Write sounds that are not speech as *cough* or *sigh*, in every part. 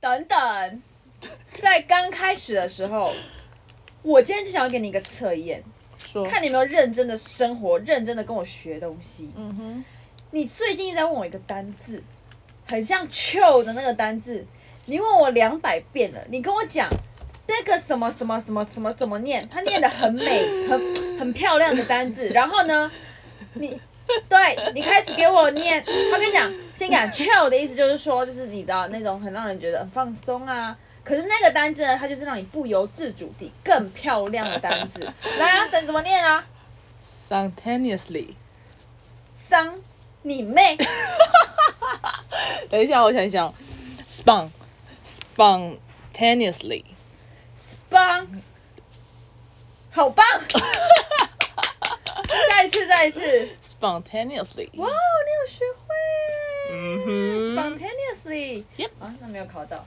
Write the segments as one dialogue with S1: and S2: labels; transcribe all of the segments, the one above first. S1: 等等，在刚开始的时候，我今天就想要给你一个测验，
S2: 说，
S1: 看你有没有认真的生活，认真的跟我学东西。
S2: 嗯哼，
S1: 你最近一直在问我一个单字，很像 “chill” 的那个单字，你问我两百遍了。你跟我讲那个什么什么什么什么怎么念，它念的很美，很很漂亮的单字。然后呢，你对你开始给我念，他跟你讲，先讲 “chill” 的意思就是说，就是你知道那种很让人觉得很放松啊。可是那个单字呢，它就是让你不由自主地更漂亮的单字。来啊，等怎么念啊？
S2: simultaneously。
S1: 桑，你妹！
S2: 等一下，我想想，spon spontaneously
S1: 棒，好棒！ *laughs* 再一次，再一次，
S2: spontaneously。
S1: 哇，哦你有学会
S2: 嗯哼，
S1: ，spontaneously。
S2: Yep
S1: 啊，那没有考
S2: *gasps*
S1: 到，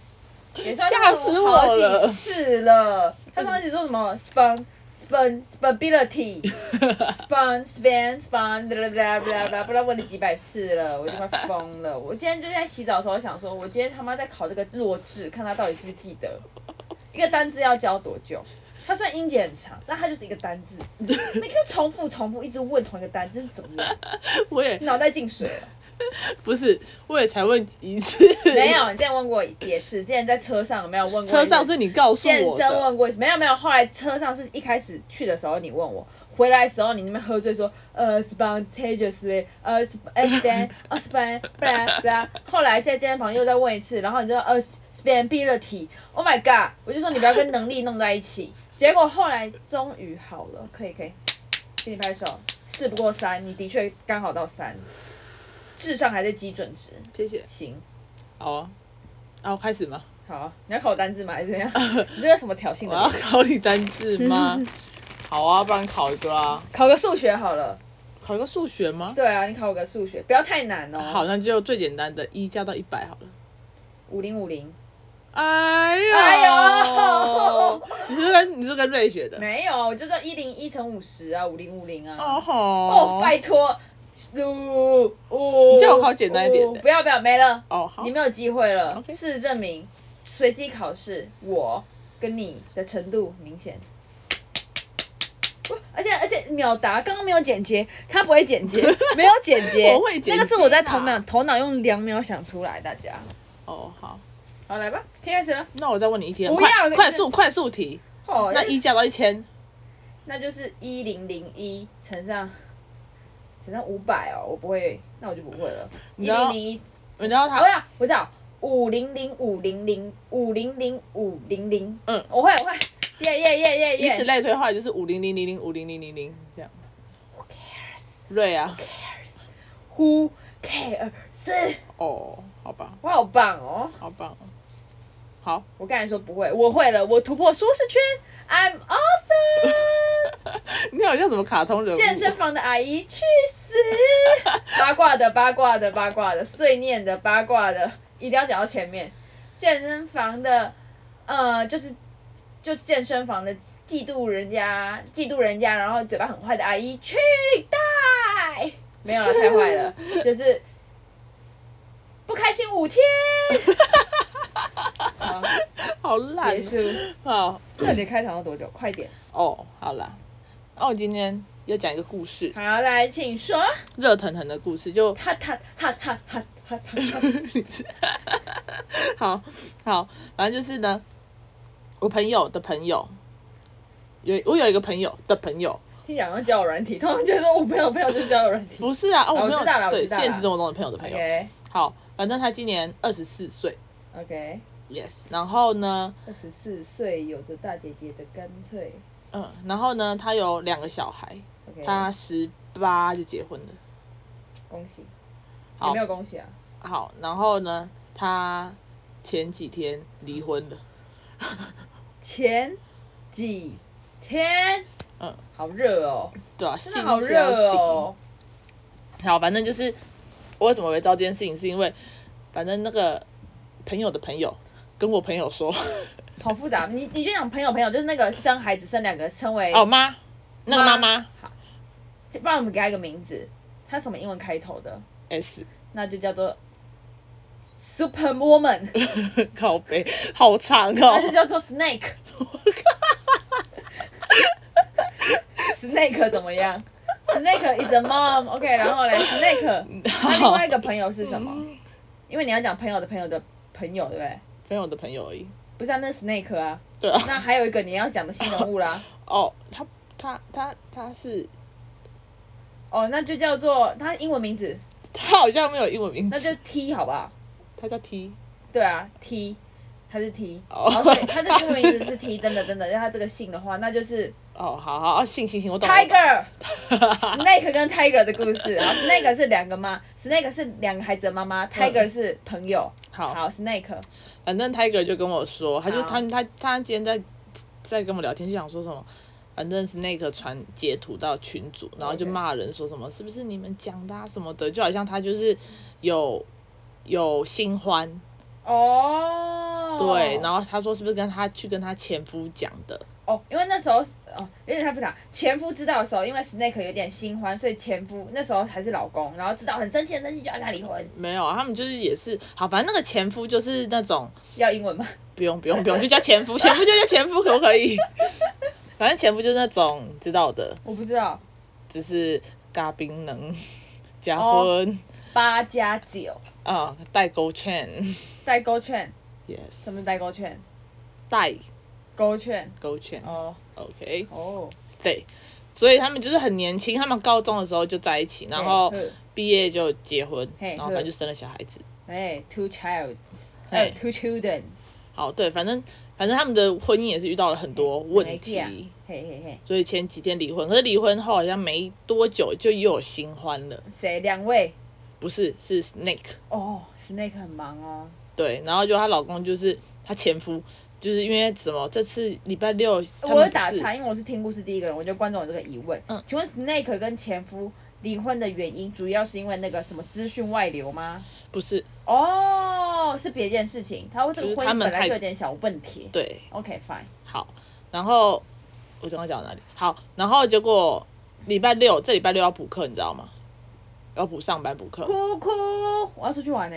S1: 也算
S2: 吓死我了
S1: 好几次了。他上次说什么 spon spon
S2: *laughs*
S1: spability spon span spon blah blah blah blah，不知道问了几百次了，我就快疯
S2: *laughs*
S1: 了。我今天就在洗澡的时候想说，我今天他妈在考这个弱智，看他到底是不是记得。一个单字要教多久？它虽然音节很长，但它就是一个单
S2: *laughs*
S1: 字，每个重复重复一直问同一个单字，这是怎么样？
S2: 我也
S1: 脑袋进水了。
S2: 不是，我也才问一次。
S1: *laughs* 没有，你之前问过也是，之前在车上有没有问过？
S2: *laughs* 车上是你告诉
S1: 健
S2: 我
S1: 身
S2: 的，
S1: 问过一次，没有没有。后来车上是一开始去的时候你问我，回来的时候你那边喝醉说呃 spontaneously 呃 sp- 呃 span 呃 span *laughs* blah blah。后来在健身房又再问一次，然后你就说呃 spanability。Oh my god！我就说你不要跟能力弄在一起。结果后来终于好了，可以可以，给你拍手。事不过三，你的确刚好到三，智商还在基准值，
S2: 谢谢。
S1: 行。
S2: 好啊，啊，我开始吗？
S1: 好啊，你要考我单字吗？还是怎
S2: *laughs*
S1: 样？你这有什么挑衅
S2: 我要
S1: 的？
S2: 考你单字
S1: *laughs*
S2: 吗？好啊，不然考一个啊，
S1: 考个数学好了。
S2: 考一个数学吗？
S1: 对啊，你考我个数学，不要太难哦。
S2: 好，，那就最简单的，一加到一百好了。
S1: 五零五零
S2: 哦哎呦，
S1: 哎呦 *laughs*
S2: 你是不是跟你是不是跟瑞学的？
S1: 没有，我就叫一零一乘五十啊，五零五零啊。
S2: 哦吼，
S1: 哦，拜托，五五，
S2: 叫我考简单一点的
S1: 不要不要，没了，
S2: 哦好，
S1: 你没有机会了。
S2: OK
S1: 事实证明，随机考试我跟你的程度明显。而且而且秒答，刚刚没有剪接，他不会剪
S2: *laughs*
S1: 接，没有剪接，
S2: 我会啊剪接
S1: 那个是我在
S2: 啦
S1: 头脑头脑用两秒想出来，大家。
S2: 哦好，
S1: 好，来吧，可以开始了。
S2: 那我再问你一题，
S1: 不
S2: 快
S1: 要
S2: 快速快速题，
S1: 哦，
S2: 那一加到一千，
S1: 那就是一零零一乘上乘上五百哦，我不会，那我就不会了。
S2: 你
S1: 一
S2: 知道
S1: 零零一，
S2: 你知道
S1: 啊我
S2: 它
S1: 要我知道五零零五零零五零零五零零，
S2: 嗯，
S1: 我会我会，耶耶耶耶
S2: 以此
S1: 耶，
S2: 类推，后来就是五零零零零五零零零零这样。
S1: Who cares?
S2: 瑞啊，
S1: Who cares？
S2: 哦，好吧，
S1: 我好棒哦！
S2: 好棒哦，好，
S1: 我刚才说不会，我会了，我突破舒适圈，I'm awesome！
S2: 你好像什么卡通人
S1: *laughs*
S2: 物？
S1: 健身房的阿姨去死！八卦的八卦的八卦的碎念的八卦的，一定要讲到前面。健身房的，呃，就是就健身房的嫉妒人家嫉妒人家，然后嘴巴很坏的阿姨去带，没有了，啊太坏了，就是不开心五天。好，
S2: 好烂
S1: 结
S2: 哦， *laughs*
S1: 束。
S2: 好，
S1: 那你开场要多久？快点。
S2: 哦，好啦，哦，我今天要讲一个故事，
S1: 好，来，请说。
S2: 热腾腾的故事，就 *laughs*
S1: 哈哈哈哈哈哈哈。
S2: 好好，反正就是呢，我朋友的朋友，有我有一个朋友的朋友，
S1: 听讲要交友软体，通常就说我朋友朋友就是交友软体。
S2: *laughs* 不是啊，哦，
S1: 我
S2: 朋友
S1: 知道啦我
S2: 对
S1: 知道啦
S2: 现实生活中的朋友的朋友。
S1: OK
S2: 好，反正他今年二十四岁
S1: OK，
S2: ，yes，然后呢，
S1: 二十四岁，有着大姐姐的干脆。
S2: 嗯，然后呢，他有两个小孩，
S1: OK，
S2: 他十八就结婚了，
S1: 恭喜，
S2: 好
S1: 有没有恭喜啊？
S2: 好，然后呢，他前几天离婚了，
S1: 前几天，
S2: 嗯，
S1: 好热哦，
S2: 对啊，
S1: 真
S2: 心
S1: 的好热
S2: 焦急
S1: 哦。
S2: 好，反正就是我为什么会知道这件事情，是因为反正那个朋友的朋友跟我朋友说，
S1: 好复杂，你你就讲朋友朋友，就是那个生孩子生两个，称为，
S2: 哦妈，那个妈妈
S1: 不然我们给他一个名字，他什么英文开头的，
S2: S
S1: 那就叫做 Superwoman，
S2: *laughs* 靠背好长哦
S1: *laughs* 它，就叫做 Snake。Snake 怎么样？Snake is a mom。OK，然后嘞，Snake，他另外一个朋友是什么？因为你要讲朋友的朋友的朋友，对不对？
S2: 朋友的朋友而已。
S1: 不是、啊，那是 Snake 啊。
S2: 对啊，
S1: 那还有一个你要讲的新人物 *laughs* 啦。
S2: 哦，他他他他是
S1: 哦，那就叫做他英文名字，
S2: 他好像没有英文名
S1: 那 *laughs*
S2: 字，
S1: 就 T 好不好？
S2: 他叫 T。
S1: 对啊，T，他是 T，
S2: 哦
S1: 然后所以他的英文名字是 T，真的真的，让他这个姓的话，那就是
S2: 哦，好好，哦行行行，我懂。我懂
S1: Tiger Snake 跟 Tiger 的故事。然后 Snake 是两个妈，Snake 是两个孩子的妈妈，Tiger 是朋友。
S2: 好
S1: 好，Snake，
S2: 反正 Tiger 就跟我说，他就
S1: 好
S2: 他他他今天在在跟我聊天，就想说什么。反正 Snake 传截图到群组，然后就
S1: OK
S2: 骂人说什么是不是你们讲的、啊、什么的，就好像他就是有有新欢，
S1: 哦，
S2: 对，然后他说是不是跟他去跟他前夫讲的，
S1: 哦，因为那时候哦，有点太复杂。前夫知道的时候，因为 Snake 有点新欢，所以前夫那时候还是老公，然后知道很生气，很生气就要跟他离婚。
S2: 没有，啊他们就是也是好，反正那个前夫就是那种
S1: 要英文吗？
S2: 不用不用不用，就叫前夫， *laughs* 前夫就叫前夫，可不可以？ *laughs* 反正前夫就是那种你知道的，
S1: 我不知道，
S2: 只是嘎冰能 *laughs* 假
S1: 哦
S2: 婚
S1: 八加九
S2: 啊、代沟券
S1: 代沟券，
S2: ，yes，
S1: 什么是代沟券？
S2: 代
S1: 勾券。
S2: 沟券
S1: 哦
S2: ，OK，
S1: 哦，
S2: 对，所以他们就是很年轻，他们高中的时候就在一起，然后
S1: 嘿
S2: 毕业就结婚，
S1: 嘿
S2: 然后反正就生了小孩子。
S1: 哎，two child，
S2: 哎
S1: 哎，two children，
S2: 好，对，反正反正他们的婚姻也是遇到了很多问
S1: 没
S2: 题
S1: 劲，嘿嘿嘿，
S2: 所以前几天离婚，可是离婚后好像没多久就又有新欢了，
S1: 谁？两位？
S2: 不是是 Snake
S1: 哦，Snake 很忙哦，
S2: 对，然后就她老公就是她前夫，就是因为什么这次礼拜六他们
S1: 我有打
S2: 不是
S1: 岔，因为我是听故事第一个人，我觉得观众有这个疑问。
S2: 嗯
S1: 请问 Snake 跟前夫离婚的原因，主要是因为那个什么资讯外流吗？
S2: 不是
S1: 哦，是别件事情，他这
S2: 就
S1: 个
S2: 是
S1: 婚
S2: 他
S1: 姻
S2: 们
S1: 本来
S2: 太
S1: 就有点小问题。
S2: 对
S1: OK fine，
S2: 好，然后我刚刚讲到哪里？好，然后结果礼拜六这礼拜六要补课，你知道吗？要补上班补课，
S1: 哭哭，我要出去玩呢，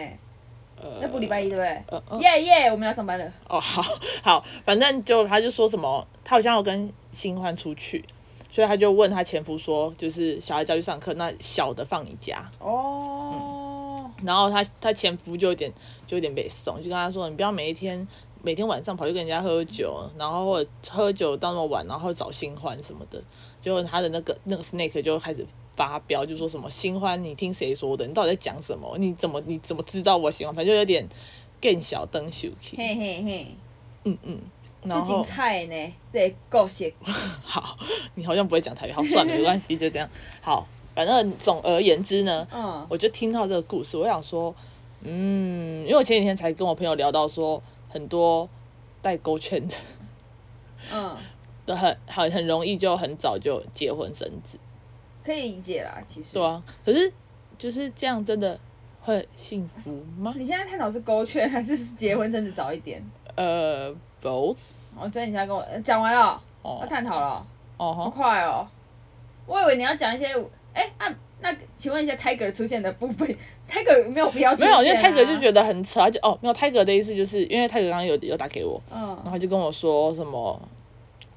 S2: 呃，
S1: 要补礼拜一对不对
S2: 呃呃
S1: 耶耶，我们要上班了。
S2: 哦，好好，反正就他就说什么，他好像要跟新欢出去，所以他就问他前夫说，就是小孩子要去上课，那小的放你家。
S1: 哦，
S2: 然后他他前夫就有点就有点被怂，就跟他说，你不要每一天每天晚上跑去跟人家喝酒，然后或者喝酒到那么晚，然后找新欢什么的。结果他的那个那个 snake 就开始发飙，就说什么新欢，你听谁说的？你到底在讲什么？你怎么你怎么知道我喜欢？反正就有点更小灯羞气。
S1: 嘿嘿嘿，
S2: 嗯嗯，然
S1: 这
S2: 后
S1: 精。彩呢，这够血。
S2: 好，你好像不会讲台语，好算了，没关系，就这样。好，反正总而言之呢，
S1: 嗯，
S2: 我就听到这个故事，我想说，嗯，因为我前几天才跟我朋友聊到说，很多代沟圈的
S1: 嗯，
S2: 都很很很容易就很早就结婚生子，
S1: 可以理解啦，其实。
S2: 对啊，可是就是这样真的会幸福吗？
S1: 你现在探讨是勾劝 *laughs* 还是结婚生子早一点？
S2: 呃，both，
S1: 我昨天你才跟我呃讲完了，要
S2: 哦
S1: 探讨了，
S2: 哦
S1: 好
S2: 吼，
S1: 快哦！我以为你要讲一些，哎、啊，那请问一下 Tiger 出现的部分，Tiger *laughs* 没有必要出
S2: 没
S1: 现、
S2: 有，
S1: 啊，
S2: 因为泰格就觉得很扯，他就哦，没有泰格的意思就是因为泰格刚刚有有打给我，然
S1: 嗯，
S2: 后就跟我说什么，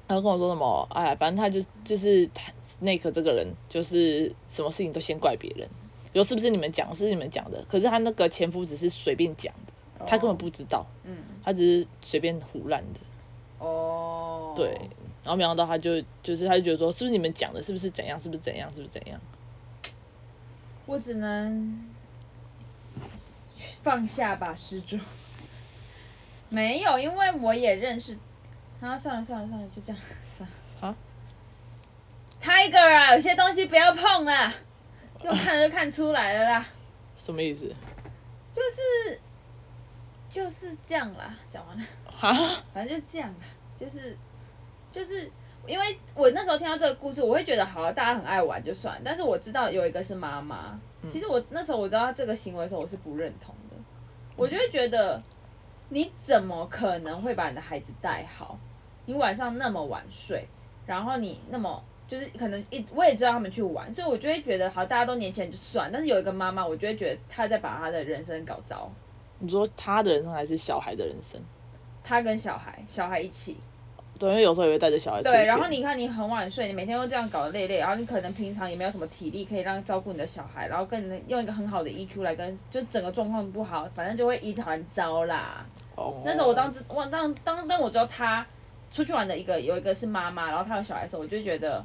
S2: 他就跟我说什么，哎，反正他就就是他 Snake 这个人，就是什么事情都先怪别人，有是不是你们讲，是你们讲的，可是他那个前夫只是随便讲的，他根本不知道，
S1: 哦嗯，
S2: 他只是随便胡乱的，
S1: 哦，
S2: 对，然后没想到他就就是他就觉得说，是不是你们讲的，是不是怎样，是不是怎样，是不是怎样，
S1: 我只能放下吧，施主。没有，因为我也认识。啊，算了算了算了，就这样，算了。
S2: 啊
S1: ？Tiger 啊，有些东西不要碰啦，用看的就看出来了啦，
S2: 什么意思？
S1: 就是就是这样啦，讲完了，
S2: 哈，
S1: 反正就是这样啦，就是就是。因为我那时候听到这个故事，我会觉得好，大家很爱玩就算。但是我知道有一个是妈妈，其实我那时候我知道他这个行为的时候，我是不认同的。我就会觉得，你怎么可能会把你的孩子带好？你晚上那么晚睡，然后你那么就是可能一我也知道他们去玩，所以我就会觉得好，大家都年轻人就算，但是有一个妈妈，我就会觉得她在把她的人生搞糟。
S2: 你说他的人生还是小孩的人生？
S1: 他跟小孩，小孩一起。
S2: 对，因为有时候也会带着小孩出
S1: 对，
S2: 现。
S1: 然后你看你很晚睡，你每天都这样搞得累累，然后你可能平常也没有什么体力可以让照顾你的小孩，然后跟用一个很好的 EQ 来跟，就整个状况不好，反正就会一团糟啦。
S2: 哦
S1: 那时候我当时我当当当我知道他出去玩的一个有一个是妈妈，然后他有小孩的时候，我就觉得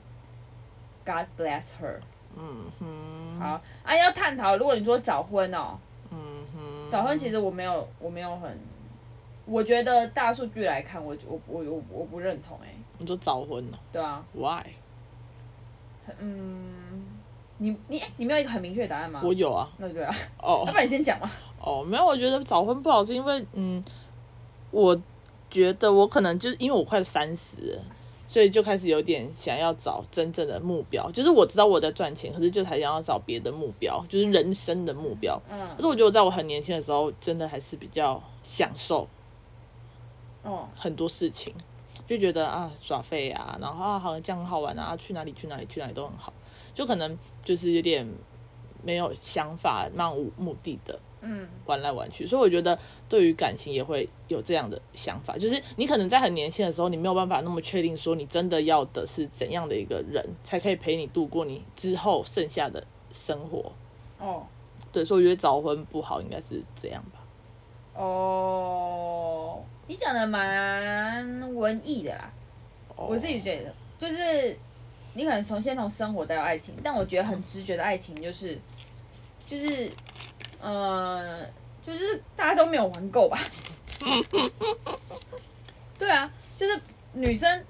S1: God bless her。
S2: 嗯哼，
S1: 好啊，要探讨，如果你说早婚哦，
S2: 嗯哼，
S1: 早婚其实我没有我没有很，我觉得大数据来看，我我我我我不认同哎、
S2: 你说早婚哦
S1: 对啊，
S2: ？Why？
S1: 嗯，你你哎你没有一个很明确的答案吗？
S2: 我有啊，
S1: 那就对啊，
S2: 哦
S1: 要不然你先讲嘛。
S2: 哦，没有，我觉得早婚不好是因为，嗯，我觉得我可能就是因为我快三十，所以就开始有点想要找真正的目标，就是我知道我在赚钱，可是就还想要找别的目标，就是人生的目标。可
S1: 嗯，
S2: 是我觉得我在我很年轻的时候，真的还是比较享受
S1: 哦，
S2: 很多事情，就觉得啊耍废啊，然后啊好像这样很好玩啊，去哪里去哪里去哪里都很好，就可能就是有点没有想法、漫无目的的。
S1: 嗯，
S2: 玩来玩去，所以我觉得对于感情也会有这样的想法，就是你可能在很年轻的时候，你没有办法那么确定说你真的要的是怎样的一个人，才可以陪你度过你之后剩下的生活。
S1: 哦，
S2: 对，所以我觉得早婚不好，应该是这样吧。
S1: 哦，你讲的蛮文艺的啦，
S2: 哦
S1: 我自己觉得就是你可能从先从生活带到爱情，但我觉得很直觉的爱情就是就是呃就是大家都没有玩够
S2: *laughs*
S1: 吧。对啊，就是女生，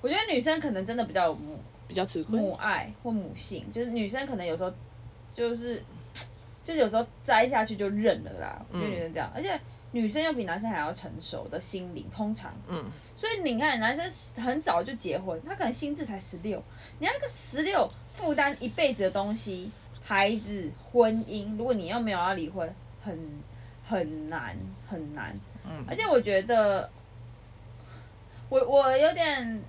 S1: 我觉得女生可能真的比较有母
S2: 比较吃亏，
S1: 母爱或母性，就是女生可能有时候就是就是有时候栽下去就认了啦，我觉得
S2: 嗯
S1: 女生这样，而且女生又比男生还要成熟的心理，通常，
S2: 嗯，
S1: 所以你看男生很早就结婚，他可能心智才十六，你要一个十六负担一辈子的东西，孩子、婚姻，如果你又没有要离婚，很很难很难，
S2: 嗯
S1: 而且我觉得，我我有点，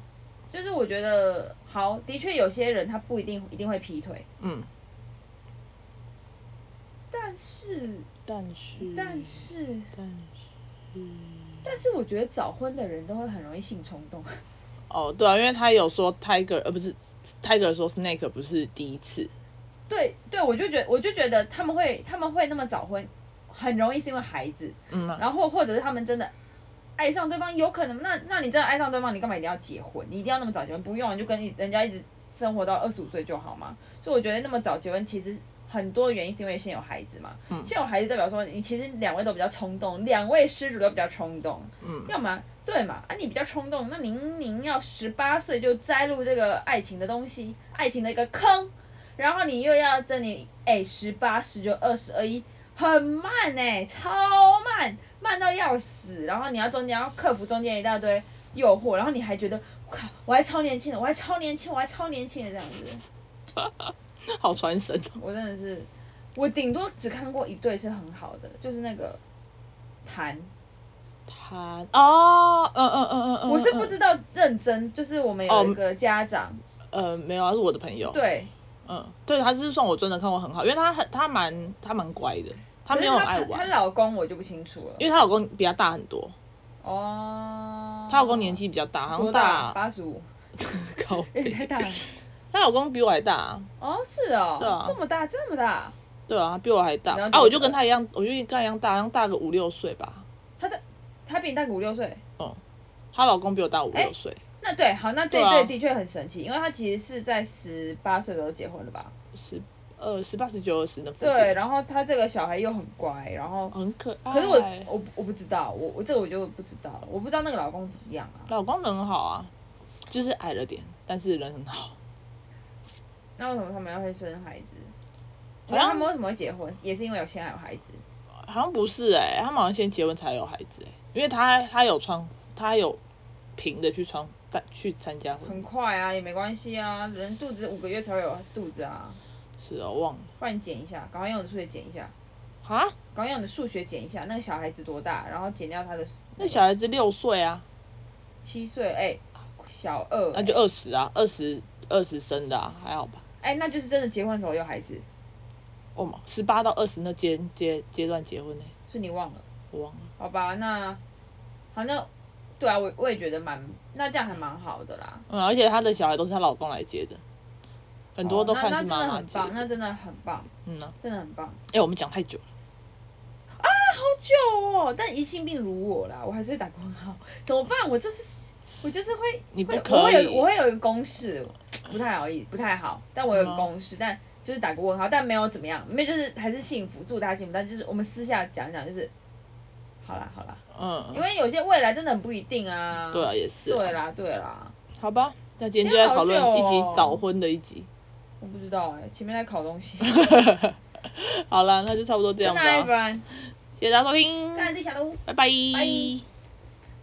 S1: 就是我觉得好，的确有些人他不一定一定会劈腿，
S2: 嗯，
S1: 但是
S2: 但是
S1: 但是
S2: 但是
S1: 但是我觉得早婚的人都会很容易性冲动， *laughs*
S2: 哦，对啊，因为他有说 Tiger，呃，不是 Tiger 说 Snake 不是第一次，
S1: 对对，我就觉我就觉得他们会他们会那么早婚，很容易是因为孩子，
S2: 嗯啊、
S1: 然后或者是他们真的。爱上对方有可能，那那你真的爱上对方，你干嘛一定要结婚？你一定要那么早结婚？不用，你就跟一人家一直生活到二十五岁就好嘛。所以我觉得那么早结婚，其实很多原因是因为先有孩子嘛。
S2: 嗯
S1: 先有孩子代表说你其实两位都比较冲动，两位失主都比较冲动。
S2: 嗯
S1: 要么对嘛，啊你比较冲动，那您您要十八岁就栽入这个爱情的东西，爱情的一个坑，然后你又要等你哎十八、十九、二十、二一，很慢哎、超慢，慢到要死。然后你要中间要克服中间一大堆诱惑，然后你还觉得我靠，我还超年轻的，我还超年轻，我还超年轻的这样子。
S2: 好传神哦，
S1: 我真的是，我顶多只看过一对是很好的，就是那个谭，
S2: 他哦，嗯嗯嗯嗯嗯，
S1: 我是
S2: 嗯
S1: 不知道认真，就是我们有一个家长，
S2: 呃没有啊，是我的朋友，
S1: 对，
S2: 嗯，对，他是算我真的看过很好，因为他很他蛮他蛮乖的，他没有很
S1: 可
S2: 爱
S1: 是她她
S2: 玩，
S1: 老公我就不清楚了，
S2: 因为她老公比她大很多，
S1: 哦，
S2: 她老公年纪比较大，好
S1: 多
S2: 像
S1: 大？
S2: 大
S1: 八十五，
S2: 高，
S1: 也太大了，
S2: 她老公比我还大，
S1: 哦，是哦，
S2: 对啊
S1: 这么大，这么大，
S2: 对啊，比我还大
S1: 然后，
S2: 啊，
S1: 多
S2: 我就
S1: 大
S2: 跟他一样，我就跟他一样大，好像大个五六岁吧，
S1: 他的他比你大个五六岁。
S2: 她老公比我大五六
S1: 哎
S2: 岁，
S1: 那对，好，那这一
S2: 对啊
S1: 对的确很神奇，因为他其实是在十八岁的时候结婚了吧？
S2: 十呃十八十九二十的，
S1: 对，，然后他这个小孩又很乖，然后
S2: 很可爱，
S1: 可是我我不我不知道，我我这个我就不知道了，我不知道那个老公怎么样啊。
S2: 老公人很好啊，就是矮了点，但是人很好，
S1: 那为什么他们要会生孩子？
S2: 好
S1: 那
S2: 像
S1: 他们为什么会结婚？也是因为有先有孩子。
S2: 好像不是哎、他们好像先结婚才有孩子哎、因为她她有穿，她有平的去穿，但去参加婚
S1: 很快啊，也没关系啊，人肚子五个月才会有肚子啊，
S2: 是哦，忘了
S1: 不然你减一下，赶快用你的数学减一下，
S2: 啊，
S1: 赶快用你的数学减一下，那个小孩子多大，然后减掉他的
S2: 那小孩子六岁啊，
S1: 七岁，哎、小二、
S2: 那就二十啊，二十二十生的啊，还好吧？
S1: 哎、那就是真的结婚的时候有孩子，
S2: 哦嘛，十八到二十那阶阶阶段结婚呢、
S1: 是你忘了，
S2: 我忘了。
S1: 好吧，那好，那对啊，我我也觉得蛮，那这样还蛮好的啦。
S2: 嗯，而且她的小孩都是她老公来接的，很多都看
S1: 哦那
S2: 是
S1: 那真
S2: 妈
S1: 的
S2: 妈
S1: 很
S2: 接
S1: 棒，
S2: 的。
S1: 那真的很棒，
S2: 嗯啊，
S1: 真的很棒。
S2: 哎、我们讲太久了。
S1: 救
S2: 哦
S1: 我！但疑心病如我啦，我还是会打光号，怎么办？我就是我就是会，
S2: 你不
S1: 会
S2: 可以
S1: 我会有我会有一个公式，不太好意不太好，但我有一
S2: 嗯
S1: 个公式，但就是打个问号，但没有怎么样，没有就是还是幸福，祝大家幸福，但就是我们私下讲一讲，就是好啦好啦，因
S2: 嗯，
S1: 为有些未来真的很不一定啊。
S2: 对啊，也是啊。
S1: 对啦对啦，
S2: 好吧，那今天就在讨论
S1: 今
S2: 一
S1: 天好久
S2: 起
S1: 哦
S2: 早婚的一集。
S1: 我不知道哎、前面在烤东西，
S2: *laughs* 哦好了，那就差不多这样吧
S1: *laughs* 那。不然
S2: 谢谢大家收听，
S1: 大家自己想的屋。
S2: 拜拜
S1: 拜